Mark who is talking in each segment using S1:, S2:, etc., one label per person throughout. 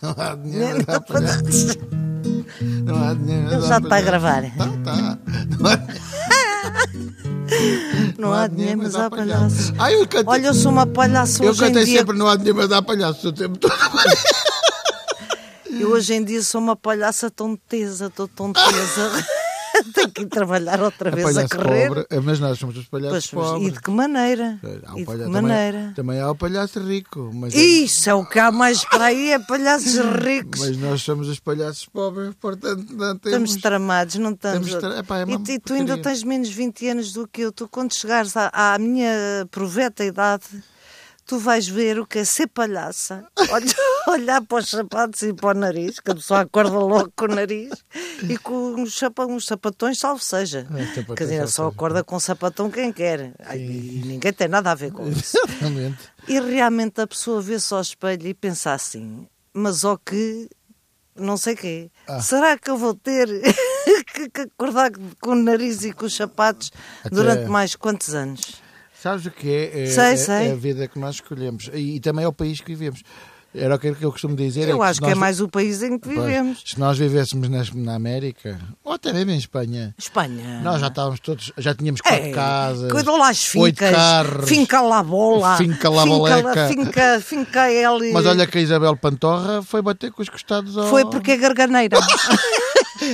S1: Não há
S2: Não,
S1: dinheiro a
S2: não,
S1: dar para
S2: não.
S1: Não há dinheiro a dar
S2: Ele já
S1: para
S2: está a
S1: dar.
S2: gravar.
S1: Tá, tá. Não há,
S2: Não há dinheiro, mas há palhaços.
S1: Ah, eu cantei,
S2: Olha, eu sou uma palhaça
S1: eu
S2: hoje em
S1: cantei
S2: dia.
S1: sempre não há dinheiro a dar palhaços o tempo todo.
S2: Eu hoje em dia sou uma palhaça tão tesa, estou tão tesa. Tenho que ir trabalhar outra
S1: É
S2: vez a
S1: palhaço
S2: correr.
S1: pobre, é, mas nós somos os palhaços
S2: Pois, mas, e
S1: pobres.
S2: de que maneira?
S1: Há o
S2: E de que
S1: palhaço- Também,
S2: maneira?
S1: também há o palhaço rico, mas,
S2: Isso é o que há mais para aí, é palhaços ricos.
S1: mas nós somos os palhaços pobres, portanto não temos.
S2: Estamos tramados, não estamos.
S1: temos tra- Epá, é uma
S2: e, tu- e tu ainda
S1: porcaria.
S2: tens menos 20 anos do que eu. Tu, quando chegares à, à minha proveta idade, tu vais ver o que é ser palhaça. Olha- olhar para os sapatos e para o nariz, que a pessoa acorda logo com o nariz e com uns, chapa- uns sapatões, salvo seja.
S1: Ah, sapatões,
S2: Quer dizer,
S1: salvo
S2: só
S1: seja.
S2: acorda com sapatão quem quer. Ai, e ninguém tem nada a ver com isso.
S1: Exatamente.
S2: E realmente a pessoa vê-se ao espelho e pensa assim, mas ó que não sei quê.
S1: Ah.
S2: Será que eu vou ter que que acordar com o nariz e com os sapatos
S1: Até-
S2: durante mais quantos anos?
S1: Sabes o que é? É,
S2: Sei,
S1: é-
S2: sei.
S1: é a vida que nós escolhemos e, e também é o país que vivemos. Era aquilo que eu costumo dizer.
S2: Eu
S1: é
S2: acho
S1: se
S2: que é
S1: nós-
S2: mais o país em que
S1: Pois,
S2: vivemos.
S1: se nós vivêssemos nas- na América, ou até mesmo em Espanha,
S2: Espanha.
S1: nós já estávamos todos, já tínhamos quatro
S2: É,
S1: casas,
S2: cuidam lá as
S1: oito
S2: fincas,
S1: carros.
S2: finca lá bola,
S1: Finca lá boleca.
S2: finca, finca L,
S1: Mas olha que Oh. a Isabel Pantorra foi bater com os costados ao...
S2: foi porque é garganeira,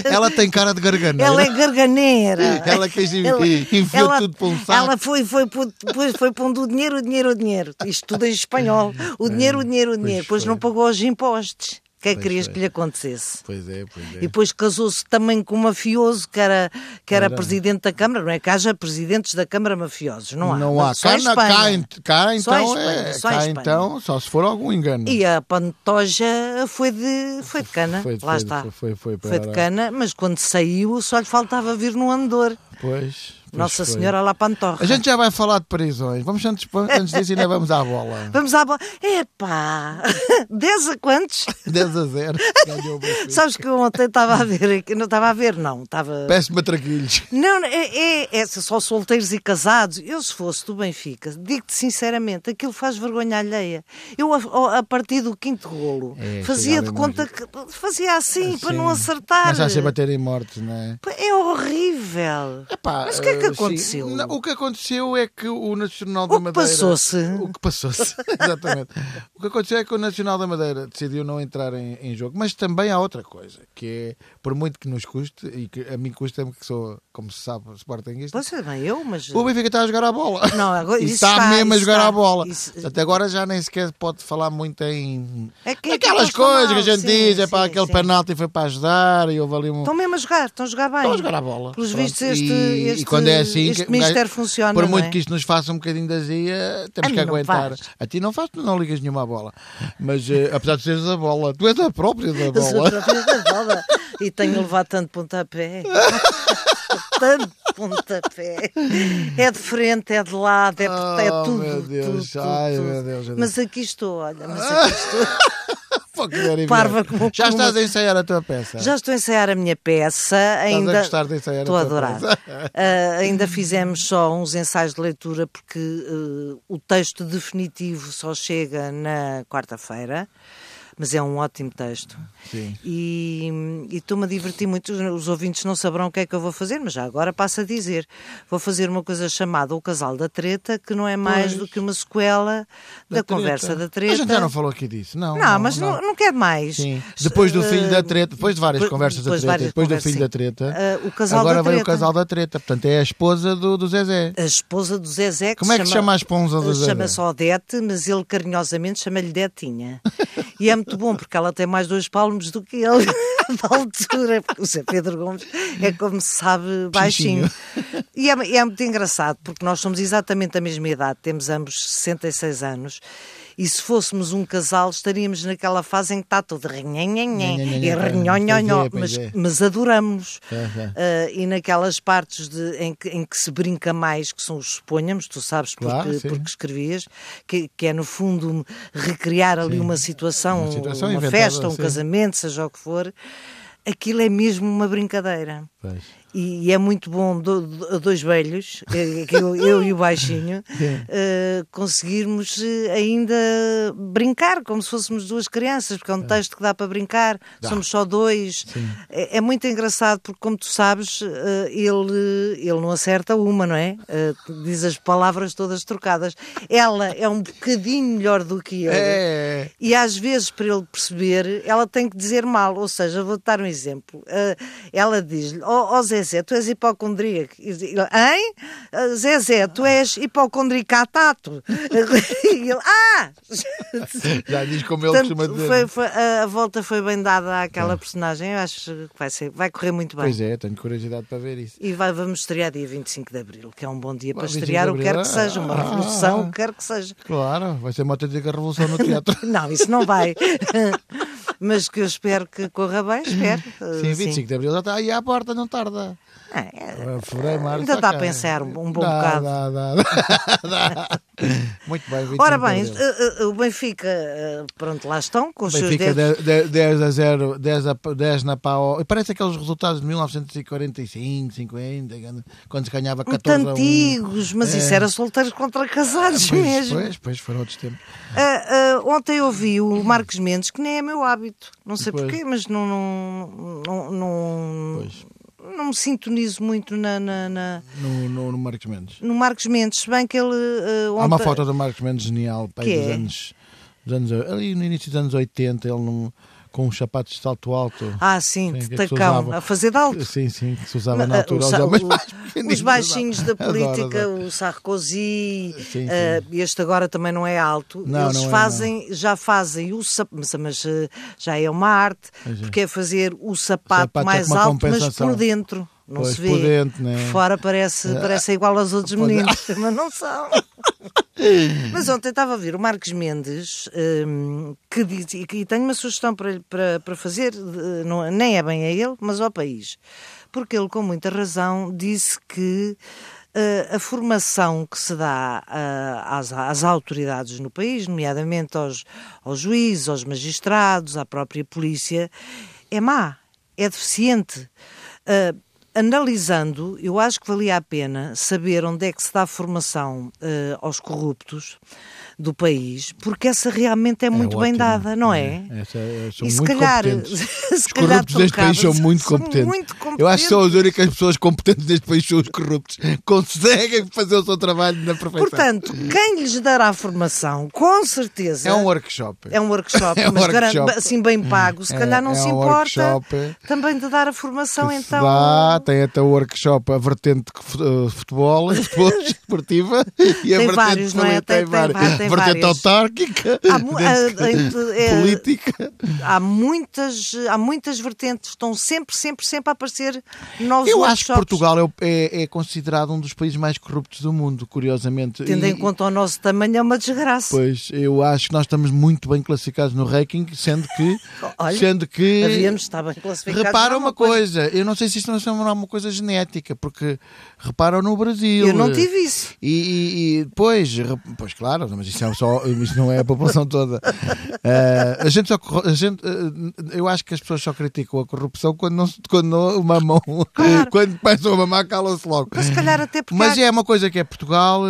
S1: Ela tem cara de garganeira.
S2: ela é garganeira,
S1: Ela quis en- enfiou tudo para um saco.
S2: Ela foi, foi, pu- depois foi pondo o dinheiro, o dinheiro, o dinheiro. Isto tudo em espanhol. O dinheiro, o dinheiro, o dinheiro. Depois não pagou os impostos. O que é que
S1: É, Pois
S2: querias
S1: foi.
S2: que lhe acontecesse?
S1: Pois é, pois é.
S2: E depois casou-se também com um mafioso que era, que era
S1: Era.
S2: presidente da Câmara. Não é que haja presidentes da Câmara mafiosos, não há.
S1: Não há.
S2: Só
S1: Cá,
S2: em
S1: na-
S2: Espanha.
S1: cá em- cá
S2: Só em
S1: então
S2: Espanha,
S1: é.
S2: só em
S1: cá
S2: Espanha.
S1: então, só se for algum engano.
S2: E a Pantoja foi de, foi de cana,
S1: Foi de-
S2: lá
S1: foi de-
S2: está.
S1: foi- foi para-
S2: de cana, mas quando saiu só lhe faltava vir no andor.
S1: Pois, pois
S2: Nossa
S1: foi.
S2: Senhora lá Pantorra.
S1: A gente já vai falar de prisões. Vamos antes, antes disso ainda vamos à bola.
S2: Vamos à bola. Epá! 10 a quantos?
S1: 10 a 0. Ganhou o Benfica.
S2: Sabes que eu ontem estava a ver aqui. Não estava a ver, não. Estava.
S1: Péssimo traquilhos.
S2: Não, é, é, é só solteiros e casados. Eu, se fosse do Benfica, digo-te sinceramente, aquilo faz vergonha alheia. Eu, a, a partir do quinto golo,
S1: É,
S2: fazia
S1: chegava a
S2: de conta que. Fazia assim, para não
S1: Ah, Sim.
S2: acertar.
S1: Mas há sempre a terem morte, não é?
S2: Pá, É horrível.
S1: Epá,
S2: Mas o que é
S1: eh,
S2: que
S1: sim.
S2: aconteceu?
S1: Não, o que aconteceu é que o Nacional
S2: O
S1: da
S2: que
S1: Madeira.
S2: passou-se?
S1: O que passou-se, exatamente. O que aconteceu é que o Nacional da Madeira decidiu não entrar em, em jogo. Mas também há outra coisa, que é, por muito que nos custe, e que a mim custa-me, que sou, como se sabe, sportinguista.
S2: Pois é, bem, eu, mas.
S1: O Benfica está a jogar à bola.
S2: Não, agora-
S1: E
S2: isso
S1: está,
S2: está,
S1: mesmo a
S2: isso
S1: jogar
S2: está.
S1: à bola.
S2: Isso-
S1: Até agora já nem sequer pode falar muito em.
S2: É que- é que
S1: Aquelas
S2: eles estão
S1: coisas que a
S2: mal,
S1: gente
S2: sim,
S1: diz, é para
S2: sim,
S1: aquele
S2: sim.
S1: penalti foi para ajudar e houve ali um.
S2: Estão mesmo a jogar, estão a jogar bem.
S1: Estão a jogar à bola.
S2: Pelos
S1: Pronto.
S2: vistos, este,
S1: E- e
S2: este,
S1: quando é assim,
S2: este
S1: que- um gajo-
S2: ministério funciona.
S1: Por muito
S2: não é?
S1: que isto nos faça um bocadinho de azia, temos
S2: A
S1: que
S2: mim não
S1: aguentar.
S2: faz.
S1: A ti não faz, tu não ligas nenhuma à bola. Mas eh, apesar de seres a bola, tu és a própria da
S2: Eu sou
S1: bola.
S2: própria da bola. E tenho levado tanto pontapé. tanto pontapé. É de frente, é de lado, é, por- é
S1: Oh,
S2: tudo.
S1: meu Deus.
S2: tudo, tudo,
S1: Ai,
S2: tudo.
S1: meu Deus, meu Deus.
S2: Mas aqui estou, olha. Mas aqui estou.
S1: Pô, que merda.
S2: Parva como-
S1: Já
S2: como-
S1: estás a ensaiar a tua peça.
S2: Já estou a ensaiar a minha peça. ainda...
S1: Tá. gostar de ensaiar a
S2: Estou a
S1: tua
S2: adorar.
S1: peça.
S2: Ah, ainda fizemos só uns ensaios de leitura porque eh, o texto definitivo só chega na quarta-feira. Mas é um ótimo texto.
S1: Sim.
S2: E e estou-me a divertir muito. Os- Os ouvintes não saberão o que é que eu vou fazer, mas já agora passo a dizer. Vou fazer uma coisa chamada O Casal da Treta, que não é mais
S1: Pois.
S2: do que uma sequela da,
S1: treta.
S2: conversa da
S1: A gente já
S2: treta.
S1: não falou aqui disso, não.
S2: não, mas não, não quero mais.
S1: Sim. Depois do filho da
S2: Eh,
S1: treta, depois de várias
S2: depois-
S1: conversas da
S2: depois de
S1: treta,
S2: várias
S1: depois do
S2: conversas,
S1: filho
S2: sim.
S1: da treta,
S2: Ah, o casal
S1: agora
S2: da
S1: vem o
S2: treta.
S1: casal da treta. Portanto, é a esposa do, do Zezé.
S2: A esposa do Zezé que
S1: Como é que se chama a esposa do Zezé?
S2: Chama-se Odete, mas ele carinhosamente chama-lhe Detinha. E é muito bom porque ela tem mais dois palmos do que ele da altura. porque O Zé Pedro Gomes é, como se sabe, baixinho. E é, é muito engraçado porque nós somos exatamente da mesma idade, temos ambos 66 anos. E se fôssemos um casal, estaríamos naquela fase em que está tudo rinhanhanhé e
S1: Pois
S2: rinhonhonhó,
S1: é, pois
S2: mas
S1: é.
S2: mas adoramos.
S1: É, é.
S2: Ah, e naquelas partes de- em, que, em que se brinca mais, que são os suponhamos, tu sabes porque,
S1: Claro, sim.
S2: porque escrevias, que, que é no fundo recriar ali uma situação, uma,
S1: Uma situação inventada,
S2: festa, um
S1: sim.
S2: casamento, seja o que for, aquilo é mesmo uma brincadeira.
S1: Pois.
S2: E, e é muito bom, do, do- dois velhos, eh, que eu, eu e o baixinho, eh, conseguirmos eh, ainda brincar, como se fôssemos duas crianças, porque é um texto que dá para brincar, somos só dois. É, é muito engraçado, porque, como tu sabes, eh, ele, ele não acerta uma, não é? Eh, diz as palavras todas trocadas. Ela é um bocadinho melhor do que eu.
S1: É.
S2: E às vezes, para ele perceber, ela tem que dizer mal. Ou seja, vou-te dar um exemplo. Ah, ela diz-lhe: Ó oh, Zezé, tu és hipocondríaco. E diz- ele, Hein? Ah, Zezé, tu és hipocondricatato. e ele: Ah!
S1: Já diz como ele
S2: Portanto,
S1: É costuma dizer. Ah.
S2: foi- foi- a, a volta foi bem dada àquela personagem. Eu acho que vai, ser, vai correr muito bem.
S1: Pois é, tenho curiosidade para ver isso.
S2: E vai- vamos estrear dia 25 de Abril, que é um bom dia para
S1: 25 de
S2: estrear o que quer
S1: Abril,
S2: que seja, uma
S1: ah,
S2: revolução,
S1: ah,
S2: o que quer que seja.
S1: Claro, vai ser uma autêntica revolução no teatro.
S2: Não, isso não vai. Mas que eu espero que corra bem, espero. Uh,
S1: Sim, 25 de Abril já está aí à porta, não tarda.
S2: Ah, é.
S1: Agora, Fevereiro, março.
S2: Ainda
S1: tá
S2: dá a
S1: cá.
S2: pensar um bom
S1: Dá,
S2: bocado.
S1: Dá, dá, dá. Muito bem, 25
S2: Ora bem,
S1: de Abril.
S2: uh, uh, o Benfica, uh, pronto, lá estão, com os seus
S1: Benfica
S2: 10.
S1: 10, 10 a 0, 10, a, 10 na pau. Parece aqueles resultados de 1945, 50, quando se ganhava
S2: Muito
S1: 14 a 1.
S2: antigos, mas isso era solteiros contra casados
S1: Pois,
S2: mesmo.
S1: pois, pois, foram outros tempos.
S2: Ah, ah, ontem ouvi o Marcos Mendes, que nem é meu hábito, não sei
S1: Pois.
S2: porquê, mas não, não, não, não,
S1: Pois.
S2: não me sintonizo muito na- na- na,
S1: No, no, no Marcos Mendes.
S2: no Marcos Mendes, se bem que ele eh,
S1: Há uma
S2: ontem-
S1: foto do Marcos Mendes genial, pai,
S2: Que
S1: dos
S2: é?
S1: anos, dos anos. Ali no início dos anos 80, ele num- com uns sapatos de salto alto.
S2: Ah, sim,
S1: Sim,
S2: de
S1: que as pessoas
S2: tacão,
S1: usavam.
S2: a fazer de alto.
S1: Sim, sim, que se usava
S2: Mas,
S1: na
S2: ah,
S1: altura.
S2: o
S1: aos
S2: Sa-
S1: homens
S2: o-
S1: mais pequeninos.
S2: os baixinhos da
S1: Adoro,
S2: política,
S1: adoro.
S2: o Sarkozy,
S1: Sim,
S2: ah, este agora também não é alto.
S1: Não,
S2: Eles
S1: não é, não.
S2: fazem, já fazem o sapato, mas, mas, ah, já é uma arte,
S1: Pois é.
S2: porque é fazer o
S1: O
S2: sapato,
S1: sapato é
S2: mais
S1: com uma
S2: alto, mas
S1: compensação.
S2: por dentro. Não
S1: Pois,
S2: se vê.
S1: por dentro, né?
S2: Fora parece, parece igual aos outros
S1: pois é.
S2: meninos, mas não são. Mas ontem estava a ouvir o Marcos Mendes hum, que diz, e que- e tenho uma sugestão para, ele- para, para fazer, de- não- nem é bem a ele, mas ao país. Porque ele, com muita razão, disse que eh, a formação que se dá ah, às, às autoridades no país, nomeadamente aos, aos juízes, aos magistrados, à própria polícia, é má, é deficiente. Ah, analisando, eu acho que valia a pena saber onde é que se dá formação eh, aos corruptos do país, porque essa realmente é muito bem
S1: ótimo,
S2: dada, não é?
S1: Essa- é, são
S2: e se
S1: muito
S2: calhar,
S1: competentes.
S2: se
S1: Os
S2: calhar
S1: corruptos deste país são
S2: trocava-se.
S1: muito competentes.
S2: muito
S1: Eu acho que são
S2: competentes.
S1: as únicas pessoas competentes deste país são os corruptos. Conseguem fazer o seu trabalho na perfeição.
S2: Portanto, quem lhes dará a formação, com certeza.
S1: é um workshop.
S2: É um workshop,
S1: É um
S2: mas garan-
S1: workshop.
S2: assim bem pago, se
S1: É-
S2: calhar não
S1: é
S2: se
S1: um
S2: importa
S1: workshop
S2: também de dar a formação,
S1: que se
S2: então.
S1: dá, tem até o workshop, a vertente que fu- eh, futebol, futebol esportiva e a
S2: Tem
S1: vertente
S2: vários, não é?
S1: política,
S2: Tem- tem va-
S1: a vertente
S2: tem vários.
S1: autárquica,
S2: Há mu-
S1: dentro-
S2: a- entre- é-
S1: política.
S2: há muitas, há muitas vertentes, estão sempre, sempre, sempre a aparecer novos
S1: Eu acho que
S2: workshops.
S1: Portugal é, o- é- é considerado um dos países mais corruptos do mundo, curiosamente.
S2: Tendo
S1: E-
S2: em conta o nosso tamanho, é uma desgraça.
S1: Pois, eu acho que nós estamos muito bem classificados no ranking, sendo que.
S2: Olha,
S1: sendo que
S2: Havíamos, está bem classificado.
S1: Repara
S2: Não,
S1: é uma coisa, eu não sei se isto não é uma coisa genética, porque reparam no Brasil.
S2: Eu não tive isso.
S1: E, e- e, pois, rep- pois claro, mas isso, é só, isso não é a população toda. Eh, a gente só, corro- a gente, eh, eu acho que as pessoas só criticam a corrupção quando não, se- quando não mamam, quando pensam a mamar, calam-se logo.
S2: Mas Então, se calhar até porque
S1: eh, Mas
S2: há-
S1: é uma coisa que é Portugal,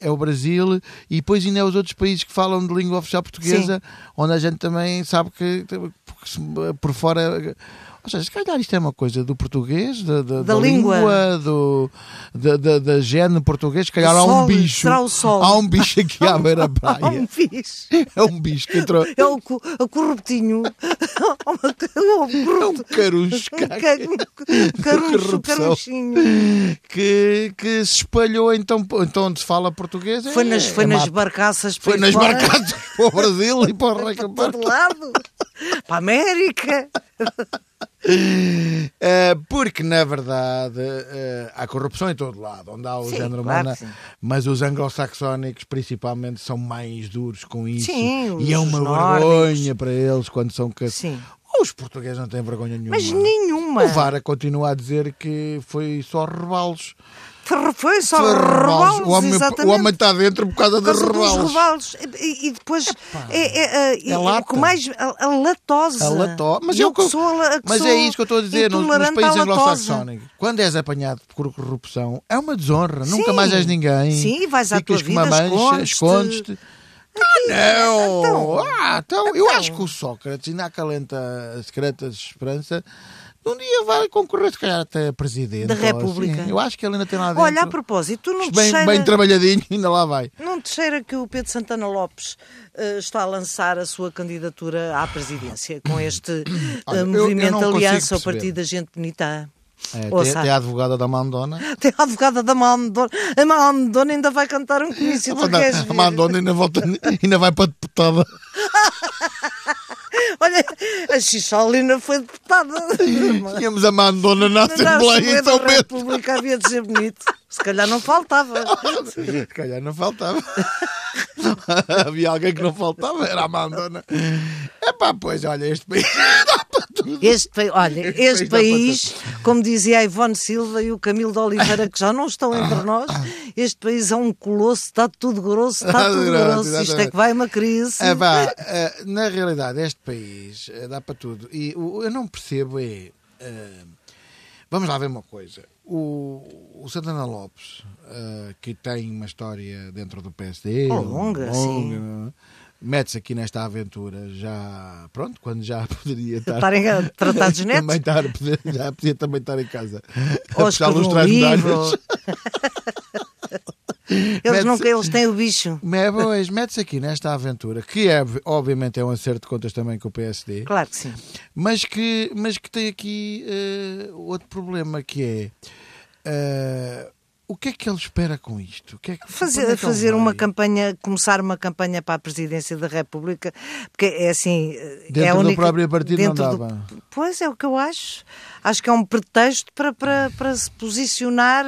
S1: é o Brasil e depois ainda é os outros países que falam de língua oficial portuguesa, onde a gente também sabe que porque se- por fora. Ou seja, se calhar isto é uma coisa do português, da, da-
S2: Da
S1: da
S2: língua.
S1: língua, do, da, da, da gene português. Se calhar
S2: O
S1: há um
S2: sol,
S1: bicho.
S2: será o sol.
S1: Há um bicho aqui à
S2: há um
S1: beira-praia.
S2: bicho.
S1: É um bicho que entrou.
S2: É o, co- o corruptinho. o
S1: É um
S2: corrupto.
S1: carucho
S2: Um
S1: cá,
S2: ca- um Carucho,
S1: corrupção.
S2: um caruchinho.
S1: que, que se espalhou então, então onde se fala português. é-
S2: Foi nas, foi
S1: é
S2: nas
S1: má-
S2: barcaças. para
S1: Foi
S2: ir
S1: nas
S2: embora,
S1: barcadas para o Brasil e para o
S2: Para
S1: Reino
S2: todo lado. Para a América.
S1: Eh, porque, na verdade, eh, há corrupção em todo lado, onde há o
S2: Sim,
S1: género
S2: claro
S1: humano,
S2: que sim.
S1: mas os anglo-saxónicos, principalmente, são mais duros com isso.
S2: Sim,
S1: e é
S2: os
S1: uma
S2: nórdicos.
S1: vergonha para eles quando são... ca-
S2: Sim.
S1: Os portugueses não têm vergonha nenhuma.
S2: Mas nenhuma. nenhuma.
S1: O Vara continua a dizer que foi só rebalos.
S2: Foi só
S1: Foi
S2: rebalos,
S1: O homem, o
S2: exatamente.
S1: homem está dentro por causa
S2: Por
S1: dos
S2: causa
S1: rebalos.
S2: dos rebalos. E, e depois é, é, é, é,
S1: É
S2: o
S1: lata.
S2: que mais a, a latosa.
S1: A lató- Mas,
S2: E
S1: é
S2: eu
S1: o que eu-
S2: que sou a- que
S1: mas
S2: sou
S1: é isso que eu estou a dizer. Nos, nos
S2: intolerante à
S1: países
S2: latosa.
S1: anglo-saxónicos, quando és apanhado por corrupção, é uma desonra. Nunca
S2: Sim.
S1: mais és ninguém.
S2: Sim, vais à
S1: Ficas
S2: tua
S1: com uma
S2: vida,
S1: mancha,
S2: escondes-te.
S1: escondes-te. Ah, não!
S2: Então.
S1: ah, então, eu acho que o Sócrates, ainda acalenta a secreta de esperança, um dia vai concorrer, se calhar, até a presidente.
S2: Da
S1: ou assim.
S2: República.
S1: Eu acho que ele ainda tem lá dentro.
S2: Olha, a propósito, tu não te,
S1: bem,
S2: cheira,
S1: bem trabalhadinho, ainda lá vai.
S2: não te cheira que o Pedro Santana Lopes eh, está a lançar a sua candidatura à presidência com este eh,
S1: Olha, eu- eu
S2: movimento
S1: não consigo
S2: Aliança ao
S1: perceber.
S2: Partido da Gente Bonita?
S1: É, tem,
S2: Ouça.
S1: tem a advogada da Mandona.
S2: Até a advogada da Malmedona. A Malmedona ainda vai cantar um comício. tu queres
S1: A
S2: ver?
S1: Mandona ainda, volta, ainda vai para a deputada.
S2: Olha, a Xixolina foi deputada.
S1: Tínhamos a Mandona na
S2: Na
S1: Assembleia em
S2: Assembleia da
S1: São então, Pedro.
S2: República havia de ser bonito. Se calhar não faltava.
S1: Se calhar não faltava. Havia alguém que não faltava, era a Mandona. É pá, pois, olha, este país dá para tudo.
S2: Este, pa- olha,
S1: país
S2: este
S1: dá
S2: país,
S1: assim.
S2: como dizia a Ivone Silva e o Camilo de Oliveira, que já não estão
S1: Ah.
S2: entre nós, este país é um colosso, está tudo grosso, está
S1: Está
S2: tudo
S1: grosso,
S2: grosso. Isto é
S1: exatamente.
S2: que vai uma crise.
S1: Ah, É pá, eh, na realidade, este país eh, dá para tudo. E o- eu não percebo é. eh, Vamos lá ver uma coisa. O, o Santana Lopes, eh, que tem uma história dentro do PSD,
S2: Oh, longa, sim.
S1: não é? um mete-se aqui nesta aventura já, pronto, quando já poderia estar...
S2: Estarem a tratar dos netos?
S1: também estar, poder- já podia também estar em casa.
S2: Ou
S1: A puxar
S2: escrever um
S1: lustra às
S2: livro.
S1: medalhas.
S2: Eles, não,
S1: mete-se-
S2: eles têm o bicho.
S1: Mas, pois, mete-se aqui nesta aventura, que é, obviamente é um acerto de contas também com o PSD.
S2: Claro que sim.
S1: mas que, mas que tem aqui eh, outro problema que é eh, o que é que ele espera com isto? O que é que-
S2: Fazer,
S1: para onde é que ele
S2: fazer uma
S1: vai?
S2: campanha, começar uma campanha para a presidência da República, porque é assim. eh,
S1: Dentro
S2: é a
S1: do
S2: única-
S1: próprio partido não
S2: dentro
S1: dava.
S2: pois é o que eu acho. Acho que é um pretexto para, para, para se posicionar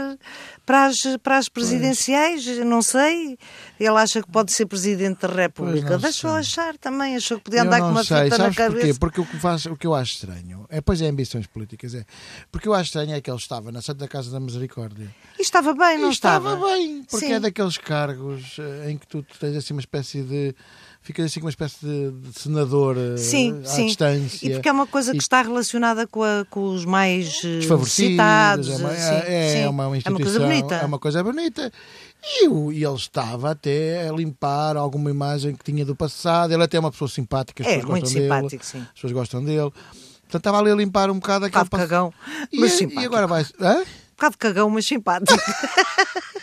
S2: para as, para as presidenciais, não sei. Ele acha que pode ser presidente da República.
S1: não
S2: Deixa-o
S1: sei.
S2: achar também, achou que podia
S1: Eu
S2: andar com
S1: não
S2: uma
S1: sei,
S2: fita na
S1: sabes
S2: cabeça.
S1: Porquê? Porque o que, faz, o que eu acho estranho é, pois é, ambições políticas. É, porque eu acho estranho é que ele estava na Santa Casa da Misericórdia
S2: E estava bem, não
S1: e
S2: estava?
S1: estava, bem, porque
S2: Sim.
S1: é daqueles cargos eh, em que tu tens assim uma espécie de. Ficas assim com uma espécie de, de senador eh,
S2: Sim,
S1: à
S2: sim.
S1: distância.
S2: E porque é uma coisa
S1: E
S2: que está relacionada com, a- com os mais eh,
S1: desfavorecidos.
S2: necessitados.
S1: é, uma, é-
S2: assim.
S1: é
S2: Sim.
S1: uma
S2: É
S1: instituição,
S2: uma coisa bonita.
S1: é uma coisa bonita. E, o- e ele estava até a limpar alguma imagem que tinha do passado. Ele até é uma pessoa simpática, as
S2: É,
S1: pessoas
S2: muito
S1: gostam dele.
S2: simpático, sim.
S1: As pessoas gostam dele. Portanto, estava ali a limpar um bocado
S2: Um
S1: aquele
S2: bocado cagão,
S1: E,
S2: mas
S1: e
S2: simpático.
S1: agora vai Hã?
S2: Um bocado cagão, mas simpático.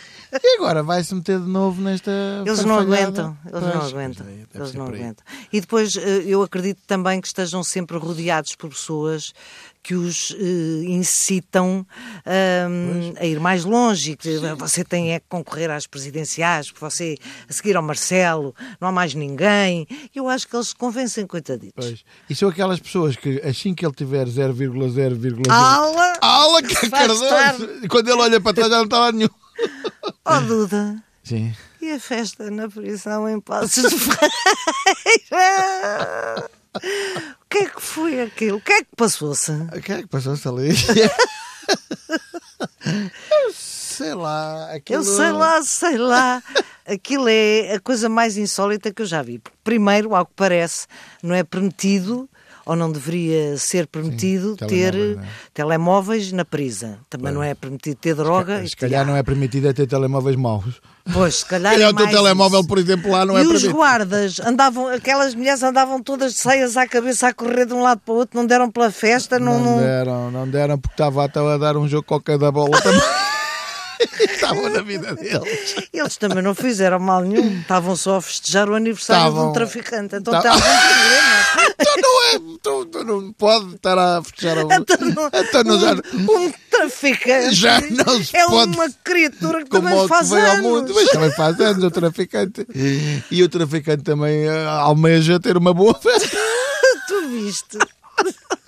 S1: E agora vai-se meter de novo nesta.
S2: Eles não
S1: farfalhada?
S2: aguentam. Eles
S1: Pois,
S2: não
S1: pois, é,
S2: aguentam.
S1: deve ser
S2: Eles não
S1: por aí.
S2: aguentam. E depois eh, eu acredito também que estejam sempre rodeados por pessoas que os eh, incitam ahm, a ir mais longe. e Que você tem é que concorrer às presidenciais, que você a seguir ao Marcelo, não há mais ninguém. Eu acho que eles se convencem, coitaditos.
S1: Pois. E são aquelas pessoas que assim que ele tiver 0,0,0.
S2: Ala!
S1: Ala que
S2: Vai estar.
S1: Cardoso! Quando ele olha para trás já não está lá nenhum.
S2: Oh, Duda!
S1: Sim.
S2: E a festa na prisão em Passos de Ferreira? O que é que foi aquilo? O que é que passou-se?
S1: O que é que passou-se ali? Eu sei lá. Aquilo...
S2: Eu sei lá, sei lá. Aquilo é a coisa mais insólita que eu já vi. Porque primeiro, ao que parece, não é permitido ou não deveria ser permitido ter
S1: telemóveis, não é?
S2: telemóveis na prisa. Também não é permitido ter droga.
S1: Se calhar não é permitido é ter telemóveis maus.
S2: Pois, se calhar
S1: Se calhar
S2: é
S1: o teu
S2: mais
S1: telemóvel,
S2: isso.
S1: por exemplo, lá não é
S2: e os
S1: permitido.
S2: guardas andavam, aquelas mulheres andavam todas de saias à cabeça a correr de um lado para o outro, não deram pela festa, não.
S1: Não
S2: não-
S1: deram, não deram porque estava até a dar um jogo qualquer da bola também. Estavam na vida deles.
S2: Eles também não fizeram mal nenhum, estavam só a festejar o aniversário de um
S1: Estavam-
S2: traficante. Então
S1: Tá-
S2: tem algum problema.
S1: Então não é. Tu, tu não pode estar a fechar a boca. Então não já.
S2: É um, um traficante
S1: Já não se
S2: é
S1: pode-
S2: uma criatura que
S1: Como
S2: também
S1: o que
S2: faz
S1: veio ao
S2: anos.
S1: mundo, mas também faz anos o traficante. E o traficante também eh, almeja ter uma boa festa.
S2: Tu viste?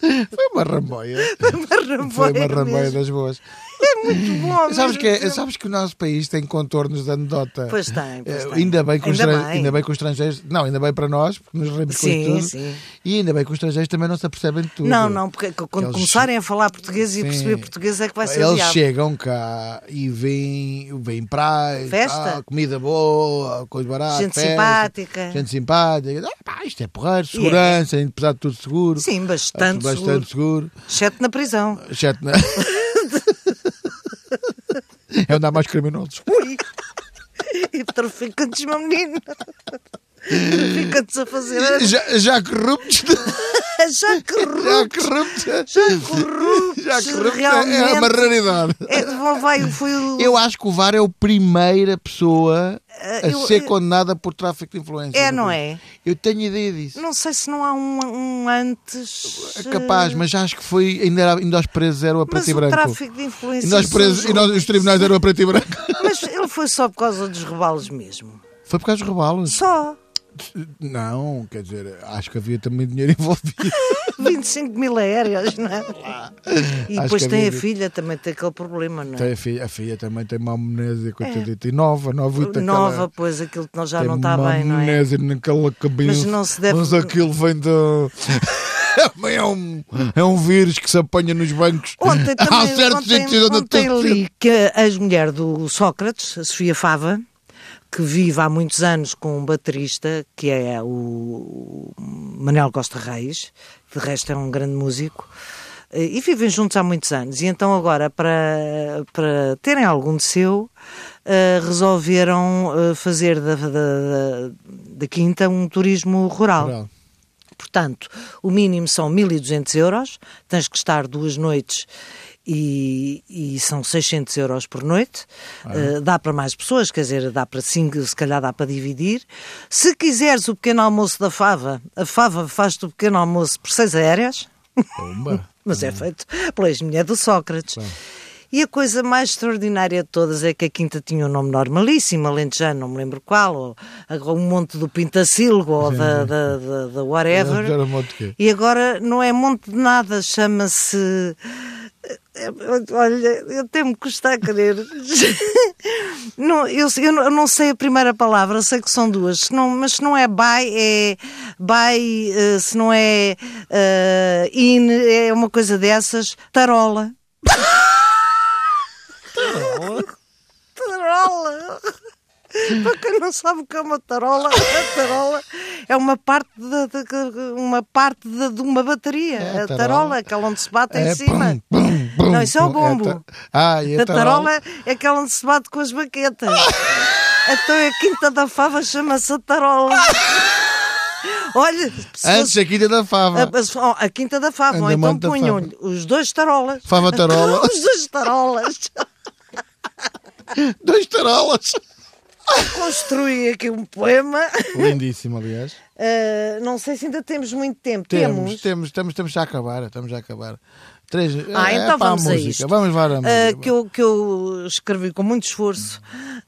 S1: Foi uma ramboia.
S2: Uma
S1: Foi uma
S2: ramboia
S1: ramboia
S2: mesmo.
S1: das boas.
S2: É muito bom. ao
S1: Sabes
S2: mesmo
S1: que, é-
S2: tempo.
S1: sabes que o nosso país tem contornos de anedota.
S2: Pois tem, pois
S1: Eh,
S2: tem.
S1: Ainda bem, que os
S2: É Ainda
S1: estran-
S2: bem.
S1: ainda bem que os estrangeiros. Não, ainda bem para nós, porque nos rimos
S2: Sim,
S1: com isto tudo.
S2: sim.
S1: E ainda bem que os estrangeiros também não se apercebem de tudo.
S2: Não, não, porque c- quando
S1: Eles-
S2: começarem a falar português e a
S1: Sim.
S2: perceber português é que vai ser o
S1: Eles
S2: diabo.
S1: chegam cá e vêm, vêm praia,
S2: Festa.
S1: tal, comida boa, coisa barata,
S2: Gente
S1: festa,
S2: simpática.
S1: gente simpática. Ah, pá, isto é porreiro, segurança, apesar de tudo seguro,
S2: Sim,
S1: Ah,
S2: bastante,
S1: tudo
S2: seguro.
S1: bastante seguro.
S2: Exceto na prisão.
S1: Exceto na... é onde há mais criminosos.
S2: Ui. E traficantes, meu menino. Traficantes a fazer.
S1: Já, já corruptos,
S2: Já
S1: já
S2: corruptos.
S1: corruptos,
S2: Já corruptos.
S1: já corruptos, é uma
S2: Realmente.
S1: raridade.
S2: É, bom, vai, foi o.
S1: Eu acho que o VAR é a primeira pessoa a
S2: Ah, eu-
S1: ser
S2: eu-
S1: condenada por tráfico de influência.
S2: É, não é?
S1: Eu tenho ideia disso.
S2: Não sei se não há um, um antes. eh,
S1: É Capaz, mas acho que foi. Ainda, era- ainda os presos eram a
S2: Mas
S1: preto e
S2: o
S1: branco.
S2: tráfico de
S1: E
S2: influências.
S1: nós presos,
S2: são
S1: e nós, os tribunais eram a preto e branco.
S2: Mas ele foi só por causa dos rebalos mesmo.
S1: Foi por causa dos rebalos.
S2: Só.
S1: Não, quer dizer, acho que havia também dinheiro envolvido.
S2: 25 mil aéreos, não é? E
S1: Acho
S2: depois
S1: que
S2: tem a
S1: havia-
S2: filha, também tem aquele problema, não é?
S1: Tem Então, a, filha, a filha também tem uma amnésia, coitadita. E nova, novita.
S2: Nova,
S1: aquela-
S2: pois, aquilo que nós já
S1: tem
S2: Ah, não está bem, não
S1: Uma
S2: é?
S1: amnésia naquela cabeça.
S2: Mas não se deve-
S1: Mas aquilo vem do. É um, é um vírus que se apanha nos bancos.
S2: Ontem
S1: Há
S2: também
S1: certos
S2: ontem,
S1: sítios onde
S2: ontem
S1: tem-
S2: li que a mulher do Sócrates, a Sofia Fava, que vive há muitos anos com um baterista, que é o Manuel Costa Reis, que de resto é um grande músico, eh, e vivem juntos há muitos anos. E então agora, para, para terem algum de seu, eh, resolveram eh, fazer da, da- da- da Quinta um turismo rural.
S1: Rural.
S2: Portanto, o mínimo são 1.200 euros, tens que estar duas noites e, e são 600 euros por noite. Eh, dá para mais pessoas, quer dizer, dá para cinco, se calhar dá para dividir. Se quiseres o pequeno almoço da Fava, a Fava faz-te o pequeno almoço por seis aéreas,
S1: Pumba.
S2: mas é feito pela ex-mulher do Sócrates. E a coisa mais extraordinária de todas é que a Quinta tinha um nome normalíssimo, alentejano, não me lembro qual, ou, ou um monte do Pintacilgo, ou da, da, da, da whatever.
S1: Era um monte de quê?
S2: E agora não é monte de nada, chama-se. É, Olha, eu até me custa a querer. não, eu, eu não- eu não sei a primeira palavra, sei que são duas. Se não, mas se não é by, é by, eh, se não é eh, in, é uma coisa dessas, tarola. tarola. Para quem não sabe o que é uma tarola, a tarola é uma parte de, de- uma parte de, de uma bateria.
S1: É,
S2: a tarola,
S1: tarola.
S2: aquela onde se bate em
S1: É,
S2: cima.
S1: pum, pum, pum,
S2: Não, isso é o
S1: pum.
S2: bombo.
S1: ta- Ah, e a,
S2: a tarola é aquela onde se bate com as baquetas. então a quinta da fava chama-se a tarola. Olha, se
S1: Antes a quinta da
S2: a,
S1: fava.
S2: a- a quinta da fava, ou
S1: Anda
S2: então
S1: muito da fava.
S2: punham-lhe os dois tarolas.
S1: Fava tarola.
S2: os dois tarolas.
S1: Dois tarolas.
S2: Construí aqui um poema.
S1: Lindíssimo, aliás.
S2: Uh, não sei se ainda temos muito tempo.
S1: Temos, temos, estamos, estamos já a acabar, estamos já a acabar. Três,
S2: Ah,
S1: é,
S2: então
S1: pá,
S2: vamos a
S1: música.
S2: isto.
S1: Vamos lá, a música.
S2: Uh, que, eu, que eu escrevi com muito esforço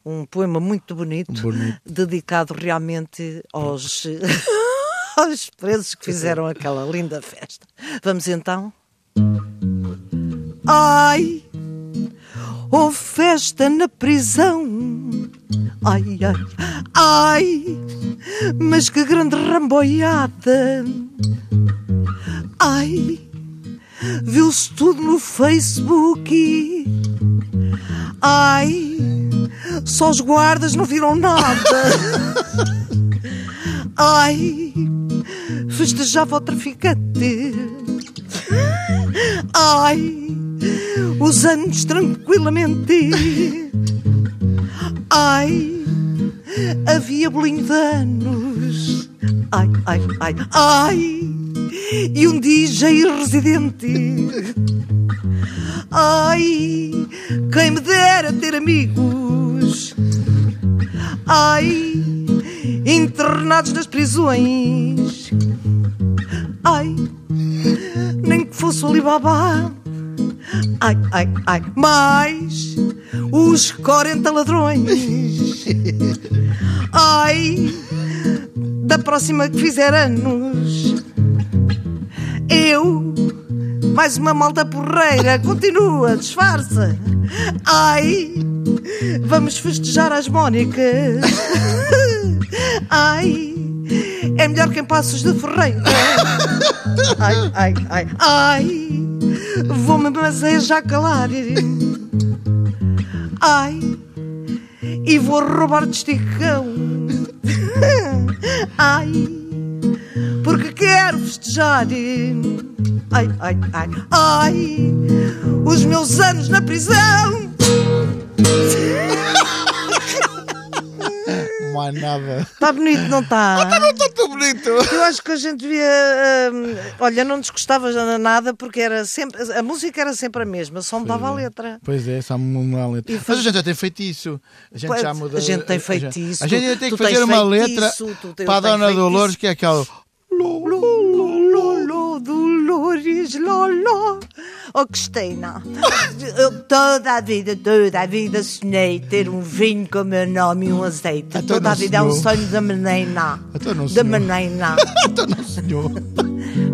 S2: um poema muito bonito,
S1: Bonito.
S2: dedicado realmente aos, aos presos que fizeram aquela linda festa. Vamos então? Ai, houve festa na prisão. Ai, ai, ai, mas que grande ramboiada. Ai, viu-se tudo no Facebook. Ai, só os guardas não viram nada. Ai, festejava o traficante. Ai, os anos tranquilamente. Ai, havia bolinho de anos. Ai, ai, ai, ai, e um DJ residente. Ai, quem me dera ter amigos. Ai, internados nas prisões. Ai, nem que fosse o Alibaba. Ai, ai, ai, mais os 40 ladrões. Ai, da próxima que fizer anos, eu Mais uma malta porreira, continua, disfarça. Ai, vamos festejar as Mónicas. Ai, é melhor que em Passos de Ferreira. Ai, ai, ai, ai, vou-me masejar calar. Ai, e vou roubar de esticão. Ai, porque quero festejar. Ai, ai, ai, ai, os meus anos na prisão.
S1: Não há nada.
S2: Está bonito, não está?
S1: Não está tão bonito.
S2: Eu acho que a gente devia. hum, olha, não nos gostava nada porque era sempre. A música era sempre a mesma, só mudava a letra.
S1: Pois é, só uma letra.
S2: E
S1: Mas
S2: faz-
S1: a gente já tem feito isso. A gente
S2: Pois,
S1: já muda.
S2: a gente tem
S1: a- a-
S2: feito
S1: a-
S2: isso,
S1: A gente ainda
S2: tu-
S1: tem que
S2: tu
S1: fazer
S2: tens
S1: uma
S2: feito
S1: letra
S2: isso, tu- eu
S1: para a
S2: tenho
S1: Dona
S2: feito
S1: Dolores,
S2: isso.
S1: que é aquela.
S2: Lolo, Dolores, Lolo. Oh, Cristina, eu toda a vida, toda a vida sonhei ter um vinho com o meu nome e um azeite.
S1: Então
S2: toda a
S1: não
S2: vida é um
S1: sonhou.
S2: sonho da menina.
S1: Então não
S2: da
S1: sonhou.
S2: menina.
S1: Então não, senhor.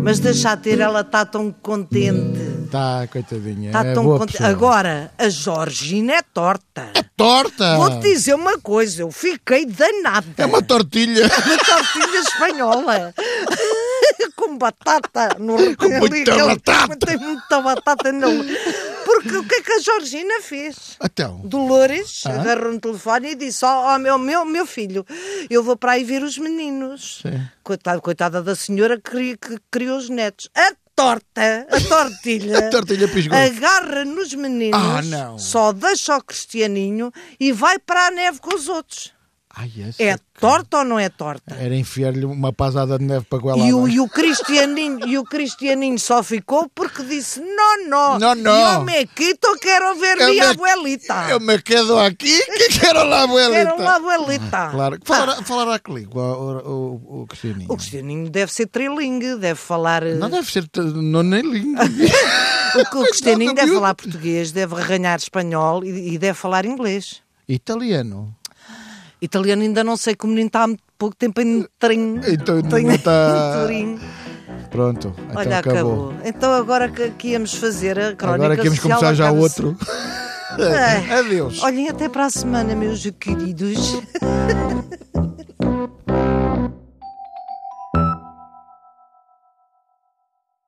S2: Mas deixa ter, ela está tão contente.
S1: Está, coitadinha.
S2: Está
S1: é
S2: Tá tão
S1: boa
S2: contente.
S1: pessoa.
S2: Agora, a Georgina é torta.
S1: Torta!
S2: Vou-te dizer uma coisa, eu fiquei danada.
S1: Ah. É uma tortilha.
S2: uma tortilha espanhola. Com batata no Com
S1: muita batata.
S2: Tem muita batata no Porque o que é que a Georgina fez?
S1: Então.
S2: Dolores agarrou no telefone e disse: Ó, ó, meu, meu, meu filho, eu vou para aí ver os meninos.
S1: Sim.
S2: Coitada, coitada da senhora que, cri- que criou os netos. A torta, a tortilha.
S1: A tortilha pisgou.
S2: Agarra nos meninos,
S1: Ah, não.
S2: só deixa o Cristianinho e vai para a neve com os outros.
S1: Ai, essa
S2: É torta ou não é torta?
S1: Era enfiar-lhe uma pasada de neve para goela
S2: E o,
S1: abaixo.
S2: e o Cristianinho, e o Cristianinho só ficou porque disse: Não, não,
S1: Não, não.
S2: eu me quito, quero ver
S1: Eu
S2: minha
S1: me-
S2: abuelita.
S1: Eu me quedo aqui que quero lá, abuelita.
S2: Quero uma abuelita.
S1: Claro. Falará, falará que língua o, o, o Cristianinho?
S2: O Cristianinho deve ser trilingue, deve falar. eh,
S1: Não deve ser... t- Não nem língua.
S2: o que o Cristianinho
S1: da
S2: deve
S1: miúda.
S2: falar português, deve arranhar espanhol e, e deve falar inglês.
S1: Italiano.
S2: Italiano ainda não sei que o menino está há muito pouco tempo em trem.
S1: Então ainda
S2: Tem-
S1: não está-
S2: Turim.
S1: Pronto. Então
S2: Olha, acabou.
S1: acabou.
S2: Então agora que, que íamos fazer a crónica
S1: Agora queremos
S2: social,
S1: começar já
S2: acaba-se- É.
S1: outro.
S2: Ai.
S1: Adeus.
S2: Olhem, até para a semana, meus queridos.